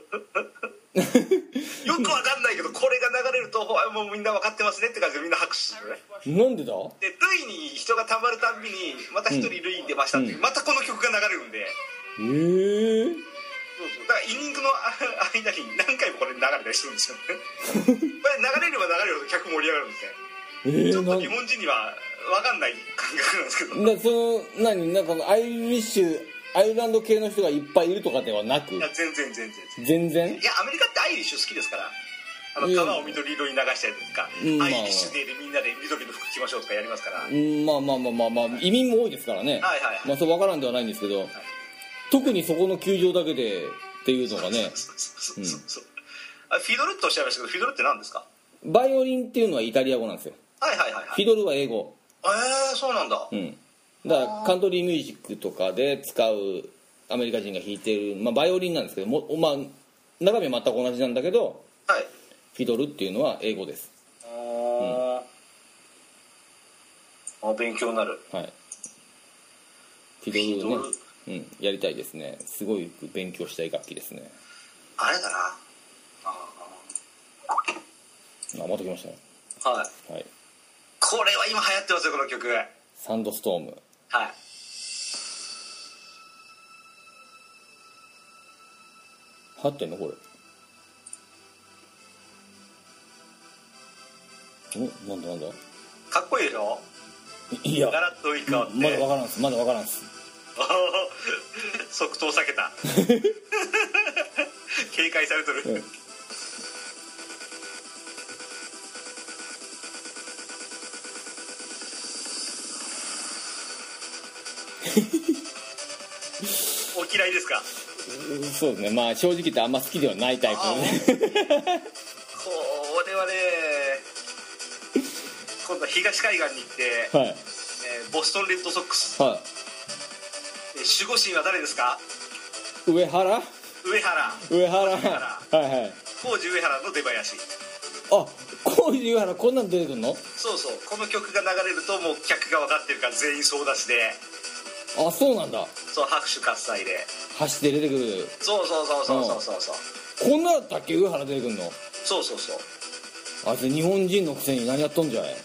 Speaker 1: <laughs>
Speaker 2: よく分かんないけどこれが流れるとあもうみんな分かってますねって感じでみんな拍手するのね
Speaker 1: なんでだ
Speaker 2: で塁に人がたまるたんびにまた一人塁に出ましたって、
Speaker 1: うん
Speaker 2: またこの曲が流れるんで
Speaker 1: ええ
Speaker 2: そうそうだからイニングのあ間に何回もこれ流れたりするんですよ
Speaker 1: <laughs>
Speaker 2: ねこれ流れれば流れるほど客盛り上がるんですね
Speaker 1: え
Speaker 2: ちょ
Speaker 1: ー、
Speaker 2: っと
Speaker 1: なん
Speaker 2: 日本人には分かんない感覚なんですけどい
Speaker 1: だその何なんかアイリッシュアイルランド系の人がいっぱいいるとかではなく
Speaker 2: や全然全然
Speaker 1: 全然
Speaker 2: いやアメリカってアイリッシュ好きですからあの
Speaker 1: うん
Speaker 2: 川を緑色に流したりとか、
Speaker 1: うん
Speaker 2: アイリッシュデーでみんなで緑の服着ましょうとかやりますから、
Speaker 1: うんまあまあまあまあまあ移民も多いですからね、
Speaker 2: はいはいはい
Speaker 1: まあそう分からんではないんですけど、特にそこの球場だけでっていうのがね
Speaker 2: そうそうそうそうあフィドルっておっしゃいましたけどフィドルって何ですか
Speaker 1: バイオリンっていうのはイタリア語なんですよ
Speaker 2: はいはいはいは
Speaker 1: フ
Speaker 2: い
Speaker 1: ィドルは英語
Speaker 2: えー、そうなんだ、
Speaker 1: うんだからカントリーミュージックとかで使うアメリカ人が弾いてる、まあ、バイオリンなんですけども、まあ、中身は全く同じなんだけど
Speaker 2: はい
Speaker 1: フィドルっていうのは英語です
Speaker 2: あー、あ勉強になる
Speaker 1: はいフィドルをね、うん、やりたいですねすごい勉強したい楽器ですね
Speaker 2: あれだなあ
Speaker 1: あまた来ましたね
Speaker 2: ーはい
Speaker 1: はい
Speaker 2: これは今流行ってますよこの曲はい
Speaker 1: サンドストーム流行ってんのこれおなんだなんだ
Speaker 2: かっこいいでしょ
Speaker 1: いや
Speaker 2: ガラッといい顔って、
Speaker 1: まだわからんっすまだわからんっす
Speaker 2: <laughs> 即答避けた <laughs> 警戒されとる、
Speaker 1: うん
Speaker 2: <laughs> お嫌いですか
Speaker 1: そうですねまあ正直言ってあんま好きではないタイプのね
Speaker 2: これはね今度東海岸に行って、
Speaker 1: <laughs> はい
Speaker 2: えーボストンレッドソックス
Speaker 1: は
Speaker 2: えー守護神は誰ですか
Speaker 1: い上原
Speaker 2: 上原
Speaker 1: 上原
Speaker 2: 上原
Speaker 1: はいはい
Speaker 2: 工事上原の出囃子
Speaker 1: あこういう上原こんなん出てくんの
Speaker 2: そうそうこの曲が流れるともう客が分かってるから全員総出しで
Speaker 1: あそうなんだ
Speaker 2: そう拍手喝采で
Speaker 1: 走って出てくる
Speaker 2: そうそうそうそうそうそうそう
Speaker 1: こんなだったっけ上原出てくんの
Speaker 2: そうそうそう
Speaker 1: あいつ日本人のくせに何やっとんじゃい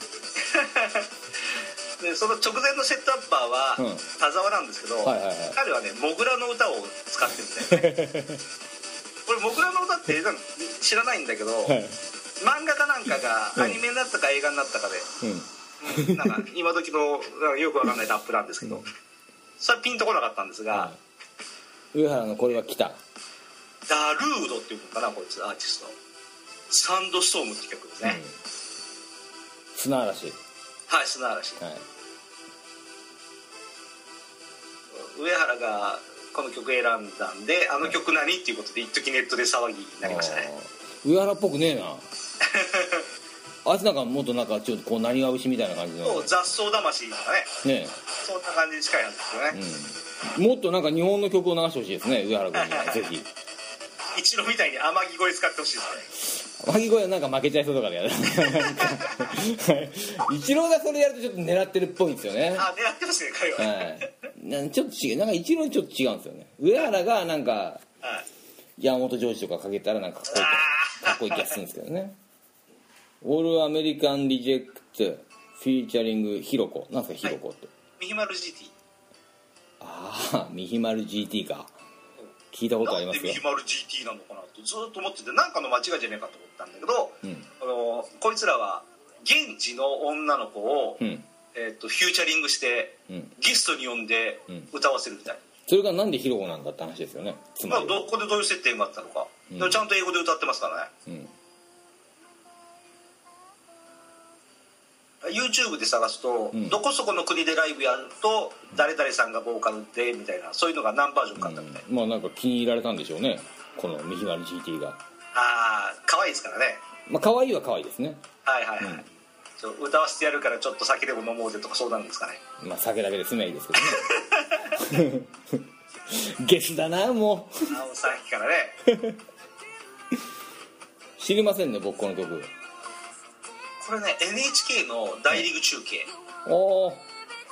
Speaker 2: でその直前のセットアッパーは、
Speaker 1: うん
Speaker 2: 田沢なんですけど、
Speaker 1: はいはいはい
Speaker 2: 彼はね「モグラの歌」を使って
Speaker 1: <laughs>
Speaker 2: るんだよねこれ「モグラの歌」ってなん知らないんだけど、
Speaker 1: はい
Speaker 2: 漫画かなんかが
Speaker 1: うん
Speaker 2: アニメになったか映画になったかで、
Speaker 1: うん
Speaker 2: うんなんか今時のなんかよくわかんないラップなんですけどそれはピンとこなかったんですが
Speaker 1: は、い上原のこれは来た
Speaker 2: ダルードっていうのかなこいつアーティストサンドストームって曲ですね、
Speaker 1: 砂嵐
Speaker 2: はい砂嵐
Speaker 1: はい
Speaker 2: 上原がこの曲選んだんであの曲何っていうことで一時ネットで騒ぎになりましたね
Speaker 1: あー上原っぽくねえな <laughs> あいつなんかもっとなんかちょっとこう何が節みたいな感じの
Speaker 2: そう雑草魂とかね
Speaker 1: ね
Speaker 2: そんな感じに近いんですよね、
Speaker 1: え、うん、もっとなんか日本の曲を流してほしいですね上原君にはぜひ
Speaker 2: 一郎みたいに天城越え使ってほしいですね
Speaker 1: 脇声なんか負けちゃいそうだからやだ一郎がそれやるとちょっと狙ってるっぽいんですよね
Speaker 2: あ狙ってますね彼は、はい
Speaker 1: はいなんちょっと違うなんか一郎ちょっと違うんですよね上原がなんか山本譲二とかかけたらなんかかっこいいかかっこいい気がするんですけどね「オールアメリカン・リジェクト」フィーチャリングひろこなんですかひろこって、
Speaker 2: ミヒマル GT
Speaker 1: ああみひまる GT か聞いたことありま
Speaker 2: なん
Speaker 1: す
Speaker 2: で
Speaker 1: よ
Speaker 2: ミヒマル GT なのかなとずっと思っててなんかの間違いじゃねえかと思ったんだけど、
Speaker 1: うん
Speaker 2: あのこいつらは現地の女の子を、
Speaker 1: うん
Speaker 2: えっとフューチャリングして、
Speaker 1: うん
Speaker 2: ゲストに呼んで
Speaker 1: うん
Speaker 2: 歌わせるみたいな、
Speaker 1: それがなんでひろこなんだって話ですよねつ
Speaker 2: ま
Speaker 1: ま
Speaker 2: あ
Speaker 1: りは
Speaker 2: どこでどういう設定があったのか、
Speaker 1: うん
Speaker 2: でもちゃんと英語で歌ってますからね
Speaker 1: うん、
Speaker 2: YouTube で探すと、
Speaker 1: うん
Speaker 2: どこそこの国でライブやると誰々さんがボーカルでみたいなそういうのが何バージョンかあったみたい、
Speaker 1: まあなんか気に入られたんでしょうねこのミヒマル GT が
Speaker 2: ああ可愛いですからね
Speaker 1: まあ可愛いは可愛いですね
Speaker 2: はいはいはい、
Speaker 1: うん
Speaker 2: ちょ歌わせてやるからちょっと酒でも飲もうぜとかそうなんですかね
Speaker 1: まあ酒だけで済めばいいですけどね <laughs> ゲスだなもう
Speaker 2: あのさっきからね
Speaker 1: 知りませんね僕この曲
Speaker 2: これね NHK の大リーグ中継
Speaker 1: おお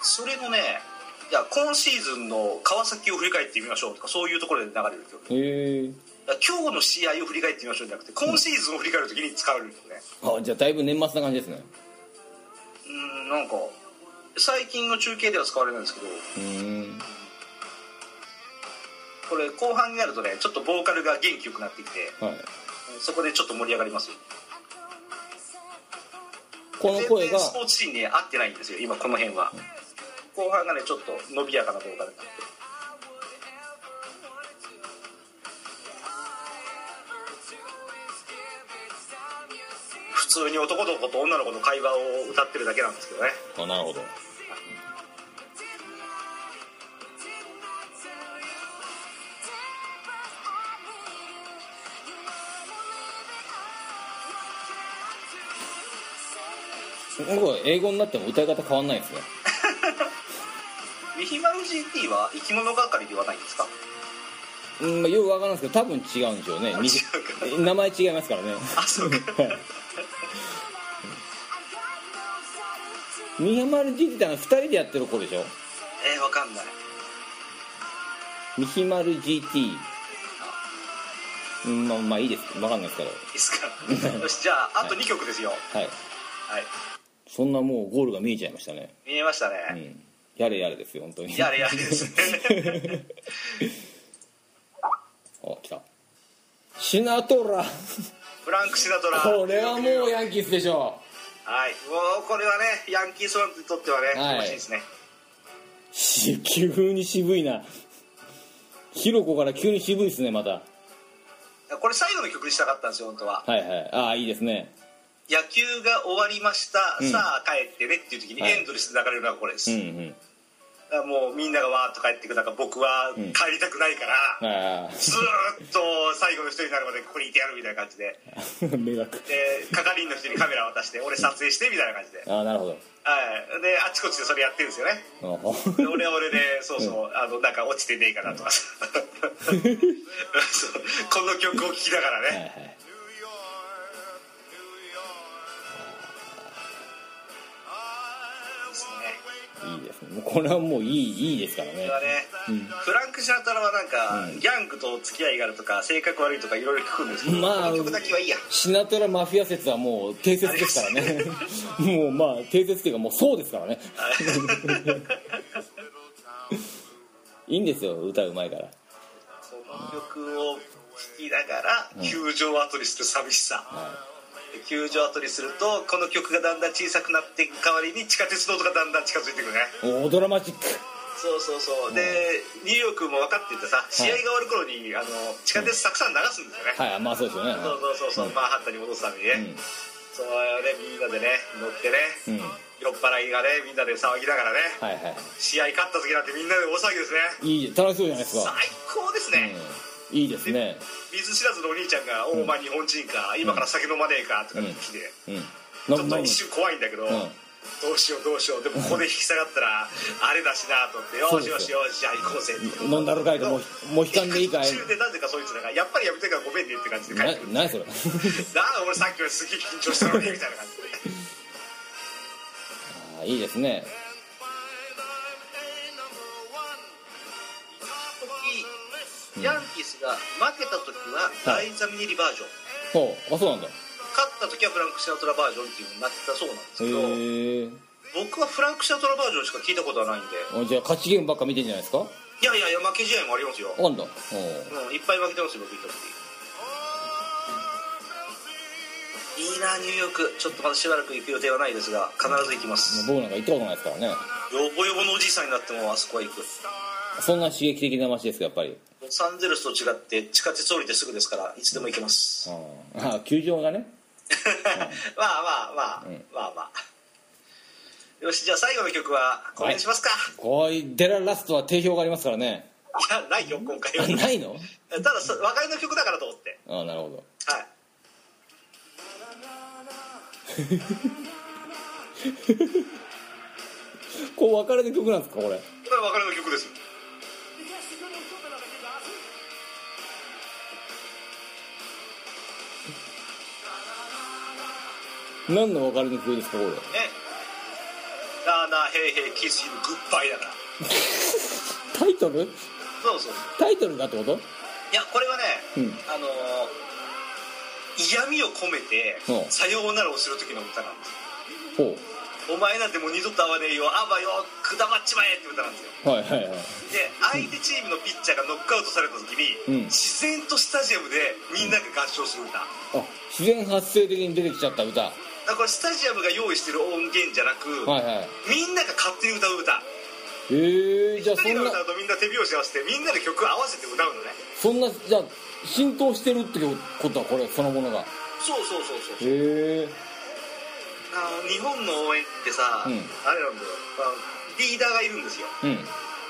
Speaker 2: それのねいや今シーズンの川崎を振り返ってみましょうとかそういうところで流れる曲い
Speaker 1: へえ
Speaker 2: や今日の試合を振り返ってみましょうじゃなくて今シーズンを振り返るときに使われるんですね
Speaker 1: あじゃあだいぶ年末な感じですね
Speaker 2: うんなんか最近の中継では使われないんですけど
Speaker 1: うーん
Speaker 2: これ後半になるとねちょっとボーカルが元気よくなってきて
Speaker 1: はい
Speaker 2: そこでちょっと盛り上がりますよ
Speaker 1: この声が
Speaker 2: 全然スポーツシーンに合ってないんですよ今この辺は後半がねちょっと伸びやかな動画で普通に男の子と女の子の会話を歌ってるだけなんですけどね
Speaker 1: あなるほどこれ英語になっても歌い方変わんないですね
Speaker 2: ミヒマル GT は生き物係ではないんですか
Speaker 1: うんまあよくわからないですけど多分違うんでしょうね
Speaker 2: あ
Speaker 1: に
Speaker 2: 違
Speaker 1: 名前違いますからね
Speaker 2: あそ
Speaker 1: <laughs>
Speaker 2: うか
Speaker 1: はい宮丸じいってあの2人でやってる子でしょ
Speaker 2: えー、わかんない
Speaker 1: ミヒマル GT うんまあまあいいですわかんないですけど
Speaker 2: ですかよしじゃああと2曲ですよ
Speaker 1: はい
Speaker 2: はい
Speaker 1: そんなもうゴールが見えちゃいましたね
Speaker 2: 見えましたね、
Speaker 1: うんやれやれですよ本当に
Speaker 2: やれや
Speaker 1: <laughs>
Speaker 2: れですね
Speaker 1: あ来たシナトラ
Speaker 2: フランク・シナトラ
Speaker 1: これはもうヤンキースでしょ
Speaker 2: はい、もうこれはねヤンキースファンにとってはね
Speaker 1: はい
Speaker 2: 楽しいですね
Speaker 1: し急に渋いなヒロコから急に渋いですねまた
Speaker 2: これ最後の曲にしたかったんですよ本当は
Speaker 1: はいはいああいいですね
Speaker 2: 野球が終わりました、
Speaker 1: ん
Speaker 2: さあ帰ってねっていう時に
Speaker 1: はい
Speaker 2: エンドレスで流れるのがこれです、
Speaker 1: うんうん
Speaker 2: だからもうみんながわーっと帰ってく中僕は
Speaker 1: ん
Speaker 2: 帰りたくないから、
Speaker 1: あ
Speaker 2: ずーっと最後の人になるまでここにいてやるみたいな感じで
Speaker 1: あ <laughs> 迷惑
Speaker 2: で係員の人にカメラ渡して俺撮影してみたいな感じで,、
Speaker 1: ああなるほど
Speaker 2: はい、であっちこっちでそれやってるんですよね
Speaker 1: あ
Speaker 2: で俺は俺でそうそう、あのなんか落ちてねえかなとか
Speaker 1: <laughs>
Speaker 2: さそうこの曲を聴きながらね、
Speaker 1: はいはいい
Speaker 2: ですね
Speaker 1: いですねもうこれはもういいいいですから
Speaker 2: こ
Speaker 1: ね
Speaker 2: れはね、フランク・シナトラはなんか、
Speaker 1: うん
Speaker 2: ギャングと付き合いがあるとか性格悪いとかいろいろ聞くんですけど、
Speaker 1: まあ
Speaker 2: この曲だけはいいや
Speaker 1: シナトラマフィア説はもう定説ですからね <laughs> もうまあ定説っていうかもうそうですからねいいんですよ歌うまいから
Speaker 2: この曲を聴きながら、球場を後にする寂しさ、で球場を後にするとこの曲がだんだん小さくなっていく代わりに地下鉄の音がだんだん近づいてくるね
Speaker 1: おードラマチック
Speaker 2: そうそうそう、でニューヨークも分かっててさ試合が終わる頃に、あの地下鉄たくさん流すんですよね、
Speaker 1: はいまあそうですよね
Speaker 2: そうそうそうそう、マンハッタンに戻すためにね、そうねみんなでね乗ってね、
Speaker 1: うん、うん、は
Speaker 2: 酔っ払いがねみんなで騒ぎながらね、
Speaker 1: いは
Speaker 2: 試合勝った時なんてみんなで大騒ぎですね
Speaker 1: いいい楽しそうじゃないです
Speaker 2: 最
Speaker 1: か、
Speaker 2: 高ですね、
Speaker 1: うん、いいですね
Speaker 2: 水知らずのお兄ちゃんが「おお前日本人か今から酒飲まねえか」とか言ってきて、
Speaker 1: うん
Speaker 2: ちょっと一瞬怖いんだけど、
Speaker 1: ん
Speaker 2: どうしようどうしようでもここで引き下がったらあれだしなと思って
Speaker 1: そ
Speaker 2: 「よ
Speaker 1: うで
Speaker 2: し
Speaker 1: すよ
Speaker 2: よしよしじゃあ行こうぜ」
Speaker 1: 飲んだろかいともうもう引かんでいいかい
Speaker 2: 途中でなぜかそいつらが「やっぱりやめてるからごめんね」って感じで帰
Speaker 1: な
Speaker 2: ってくる
Speaker 1: 何それ
Speaker 2: なあ俺さっきはすげえ緊張したのにみたいな感じで
Speaker 1: あーいいですね
Speaker 2: 時ヤンキースが負けた時は大ザミネリバージョ
Speaker 1: ほ
Speaker 2: ン、
Speaker 1: うあそうなんだ
Speaker 2: 勝った時はフランク・シナトラバージョンっていうのになってたそうなんですけど、
Speaker 1: へえ
Speaker 2: 僕はフランク・シナトラバージョンしか聞いたことはないんで
Speaker 1: じゃあ勝ちゲームばっか見てんじゃないですか
Speaker 2: いやいやいや負け試合もありますよ、う
Speaker 1: あんだお
Speaker 2: ん、いっぱい負けてますよ僕行った時いいなニューヨークちょっとまだしばらく行く予定はないですが必ず行きますよ
Speaker 1: 僕なんか行ったことないですからね
Speaker 2: ぼよぼのおじいさんになってもあそこは行く
Speaker 1: そんな刺激的な街ですかやっぱり、
Speaker 2: ロサンゼルスと違って地下鉄降りてすぐですからいつでも行けます、
Speaker 1: うん、あ球場がね
Speaker 2: <laughs> まあまあまあ、
Speaker 1: うん
Speaker 2: まあまあよしじゃあ最後の曲はこれにしますか、
Speaker 1: こういうデララストは定評がありますからね
Speaker 2: いやないよ今回は
Speaker 1: あ <laughs> ないの
Speaker 2: ただそ別れの曲だからと思って
Speaker 1: ああなるほど
Speaker 2: はい
Speaker 1: こう別れの曲なんですかこれ
Speaker 2: これは別れの曲ですよ
Speaker 1: 何の別れの曲ですかこれ
Speaker 2: ねラーナーヘイヘイキスヒルグッバイだから
Speaker 1: タイトル
Speaker 2: そうそう
Speaker 1: タイトルだってこと
Speaker 2: いやこれはね、
Speaker 1: うん
Speaker 2: あのー嫌味を込めて
Speaker 1: うん
Speaker 2: さようならをする時の歌なんです
Speaker 1: ほ
Speaker 2: よお前なんてもう二度と会わねえよあばよくだまっちまえって歌なんですよ
Speaker 1: うはいはいはい
Speaker 2: で相手チームのピッチャーがノックアウトされた時に、
Speaker 1: うん
Speaker 2: 自然とスタジアムでみんなが合唱する歌、
Speaker 1: あ自然発生的に出てきちゃった歌は
Speaker 2: だからスタジアムが用意してる音源じゃなく、
Speaker 1: いはい
Speaker 2: みんなが勝手に歌う歌
Speaker 1: えー、じゃあそ
Speaker 2: 2人
Speaker 1: ん
Speaker 2: が
Speaker 1: な
Speaker 2: 歌うとみんな手拍子合わせてみんなで曲合わせて歌うのね
Speaker 1: そんなじゃあ浸透してるってことはこれそのものが
Speaker 2: そうそうそうそう
Speaker 1: へえ
Speaker 2: あの日本の応援ってさ、
Speaker 1: うん
Speaker 2: あれなんだよあのリーダーがいるんですよ
Speaker 1: うん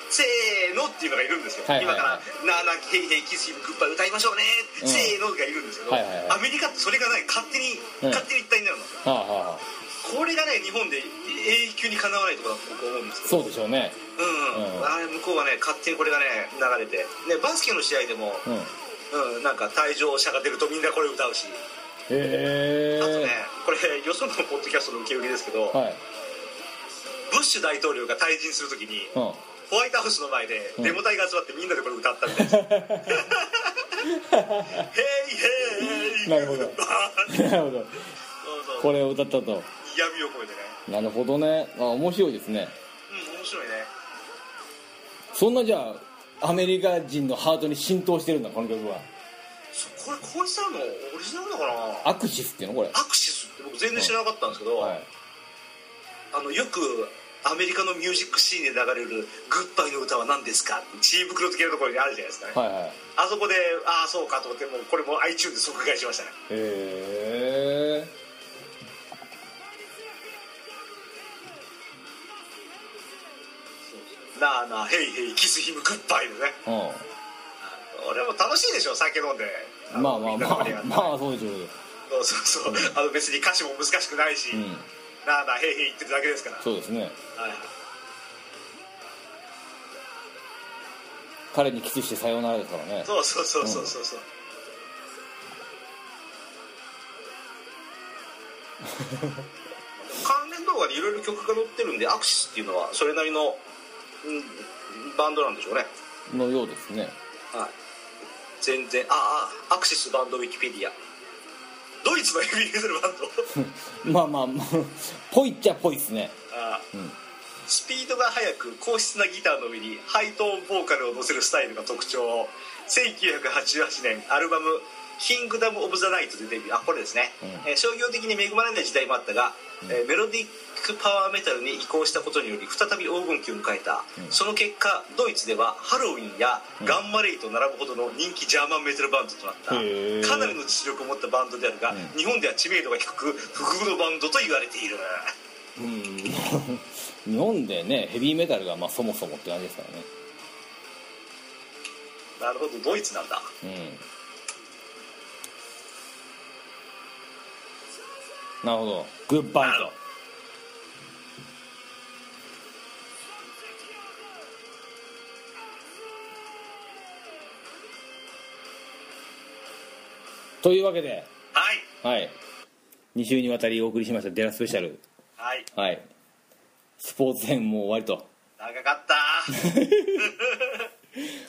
Speaker 2: せーのっていうのがいるんですよ、
Speaker 1: はいはいはい
Speaker 2: 今から「なあなあヘイヘイキスヒムグッバイ歌いましょうね」
Speaker 1: うん
Speaker 2: せーのがいるんですけど、
Speaker 1: はいはいはい
Speaker 2: アメリカってそれがない勝手に、
Speaker 1: うん
Speaker 2: 勝手に一体になるの
Speaker 1: はあはあはあ
Speaker 2: これがね日本で永久にかなわないところだと僕は思うんですけ
Speaker 1: そ
Speaker 2: ど
Speaker 1: うでしょうね
Speaker 2: う
Speaker 1: う
Speaker 2: ん、
Speaker 1: ん
Speaker 2: あれ向こうはね勝手にこれがね流れて、ね、バスケの試合でも、
Speaker 1: うんへ
Speaker 2: うん、なんか退場者が出るとみんなこれ歌うし、
Speaker 1: え
Speaker 2: あとねこれよそのポッドキャストの受け売りですけど、
Speaker 1: はい
Speaker 2: ブッシュ大統領が退陣するときに
Speaker 1: うん
Speaker 2: ホワイトハウスの前で
Speaker 1: うん
Speaker 2: デモ隊が集まってみんなでこれ歌ったみたいな
Speaker 1: <laughs>
Speaker 2: 「ヘイヘイ!」
Speaker 1: な
Speaker 2: <laughs>
Speaker 1: るほど <laughs> なるほど
Speaker 2: そうそう
Speaker 1: これを歌ったと
Speaker 2: 嫌味を込めてね
Speaker 1: なるほどねあ面白いですね
Speaker 2: うん面白いね
Speaker 1: そんなじゃあアメリカ人のハートに浸透してるんだこの曲は
Speaker 2: そこれ浩一さんのオリジナルだかな
Speaker 1: アクシスっていうのこれ
Speaker 2: アクシスって僕全然知らなかったんですけど、
Speaker 1: はい
Speaker 2: あのよくアメリカのミュージックシーンで流れる「グッバイの歌は何ですか?」って知恵袋的なところにあるじゃないですかね、
Speaker 1: はいはい
Speaker 2: あそこでああそうかと思ってもうこれも iTunes で即買いしましたね
Speaker 1: へえ
Speaker 2: 「なあなあヘイヘイキスヒムグッバイ」でね
Speaker 1: う
Speaker 2: 俺も楽しいでしょ酒飲んで
Speaker 1: んまあまあまあまあ
Speaker 2: あ
Speaker 1: そうでしょうよ
Speaker 2: のみんなの盛り上がってそうそうそうあの別に歌詞も難しくないし「
Speaker 1: うん
Speaker 2: なあなあヘイヘイ」言ってるだけですから
Speaker 1: そうですね
Speaker 2: はい
Speaker 1: 彼にキスしてさようならですからね
Speaker 2: そうそうそうそうそうそう関連動画にいろいろ曲が載ってるんでアクシスっていうのはそれなりの、うん、バンドなんでしょうね
Speaker 1: のようですね <laughs>
Speaker 2: はい全然ああアクシスバンドウィキペディアドイツのヘ <laughs> ビーメタルバンド
Speaker 1: まあまあまあぽいっちゃぽいっすね
Speaker 2: ああ
Speaker 1: うん
Speaker 2: スピードが速く硬質なギターの上にハイトーンボーカルを乗せるスタイルが特徴1988年アルバム「キングダム・オブ・ザ・ナイト」でデビューあこれですね、
Speaker 1: うん
Speaker 2: えー商業的に恵まれない時代もあったが、えーメロディックパワーメタルに移行したことにより再び黄金期を迎えた、
Speaker 1: うん
Speaker 2: その結果ドイツではハロウィンやガンマレイと並ぶほどの人気ジャーマンメタルバンドとなった、
Speaker 1: へー
Speaker 2: かなりの実力を持ったバンドであるが、
Speaker 1: うん
Speaker 2: 日本では知名度が低く不遇のバンドと言われている
Speaker 1: うん <laughs> 日本でねヘビーメタルがまあそもそもって感じですか
Speaker 2: なるほどドイツなんだ
Speaker 1: らねうんなるほどグッバイとというわけで
Speaker 2: はい
Speaker 1: はい2週にわたりお送りしました「デラスペシャル
Speaker 2: はい」
Speaker 1: はいスポーツ編もう終わりと
Speaker 2: 長
Speaker 1: <laughs>
Speaker 2: かったー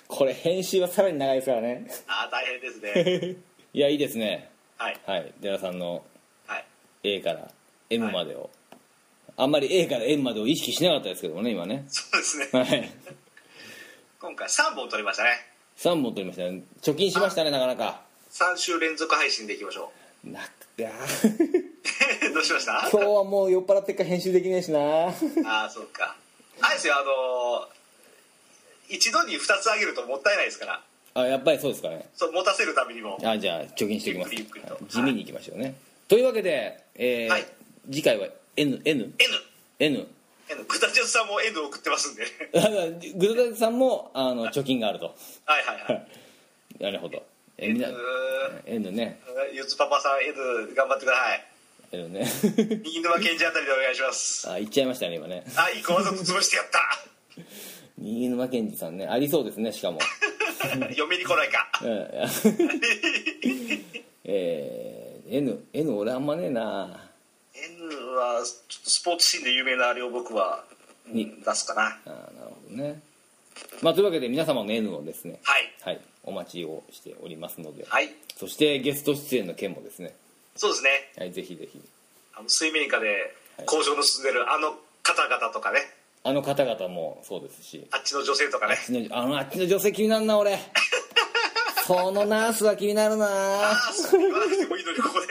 Speaker 1: これ編集はさらに長いですから <laughs> ね
Speaker 2: あー大変で
Speaker 1: <laughs>
Speaker 2: すね
Speaker 1: いやいいですね
Speaker 2: はい
Speaker 1: はいデラさんの
Speaker 2: はい
Speaker 1: A から M までを、あんまり A から M までを意識しなかったですけどもね今ね
Speaker 2: そうですね
Speaker 1: はい
Speaker 2: 今回3本撮りましたね
Speaker 1: 3本取りましたね貯金しましたねなかなか
Speaker 2: 3週連続配信でいきましょ
Speaker 1: なくて <laughs> あ
Speaker 2: う <laughs> どうしました
Speaker 1: 今日はもう酔っ払ってっから編集できねえしな
Speaker 2: ああそうかあれですよあのー一度に2つあげるともったいないですから
Speaker 1: あやっぱりそうですかね
Speaker 2: そう持たせるためにも
Speaker 1: あじゃあ貯金していきます
Speaker 2: ゆっくりゆっくりと
Speaker 1: 地味にいきましょうね、というわけで、えー
Speaker 2: はい
Speaker 1: 次回は NNN
Speaker 2: N グタジャスさんもエンド送ってますんで <laughs>
Speaker 1: だから <laughs> グダダさんもあの貯金があると
Speaker 2: はいはいはい
Speaker 1: なるほどえ
Speaker 2: エ
Speaker 1: み
Speaker 2: ン
Speaker 1: ん
Speaker 2: ド
Speaker 1: なえのね
Speaker 2: ゆずパパさんエンド頑張ってください
Speaker 1: えのね <laughs>
Speaker 2: 右沼賢治あたりでお願いします
Speaker 1: あ言っちゃいましたね今ね
Speaker 2: あいい子わざと潰してやった
Speaker 1: <laughs> 新沼健治さんねありそうですねしかも、
Speaker 2: 嫁に来ないか
Speaker 1: うん <laughs> えー、N, N 俺あんまねえな
Speaker 2: N はちょっとスポーツシーンで有名なあれを僕は、うん
Speaker 1: に
Speaker 2: 出すかなは
Speaker 1: あーなるほどねまあというわけで皆様の N をですね
Speaker 2: い
Speaker 1: はいお待ちをしておりますので、
Speaker 2: はい
Speaker 1: そしてゲスト出演の件もですね
Speaker 2: そうですね
Speaker 1: はいぜひぜひ
Speaker 2: あの水面下で交渉の進んでるあの方々とかね
Speaker 1: あの方々もそうですし
Speaker 2: あっちの女性とかね
Speaker 1: あっちのあのあっちの女性気になるな俺そのナースは気になるな
Speaker 2: <laughs> ああそう言わなくてもいいのにここで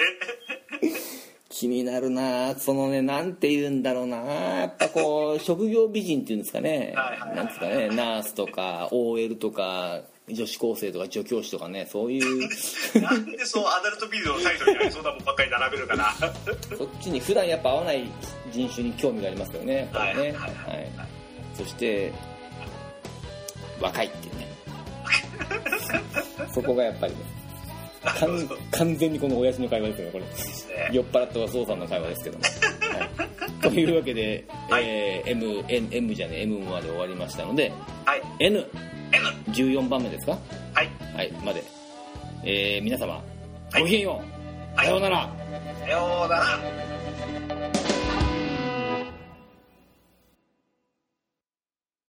Speaker 1: 気になるなそのねなんて言うんだろうなやっぱこう <laughs> 職業美人っていうんですかね
Speaker 2: はいはいはい
Speaker 1: なんですかねナースとか OL とか女子高生とか助教師とかねそう
Speaker 2: <laughs>
Speaker 1: いう
Speaker 2: なんでそうアダルトビデオのタイトルにありそうなもんばっかり並べるかなは
Speaker 1: そっちに普段やっぱ合わない人種に興味がありますよねやっぱりね
Speaker 2: はい
Speaker 1: はいそして若いっていう
Speaker 2: <laughs>
Speaker 1: ねそこがやっぱりね
Speaker 2: <laughs>
Speaker 1: 完完全にこの親父の会話ですよねこれ酔っ払ったお父さんの会話ですけども、
Speaker 2: <laughs>
Speaker 1: はい、というわけで、
Speaker 2: はい
Speaker 1: えー M, N M じゃね M まで終わりましたので
Speaker 2: い
Speaker 1: N14
Speaker 2: N
Speaker 1: 番目ですか
Speaker 2: はい
Speaker 1: はいまで、えー皆様
Speaker 2: はい
Speaker 1: ごきげんよう、
Speaker 2: はい
Speaker 1: さようなら、
Speaker 2: さようなら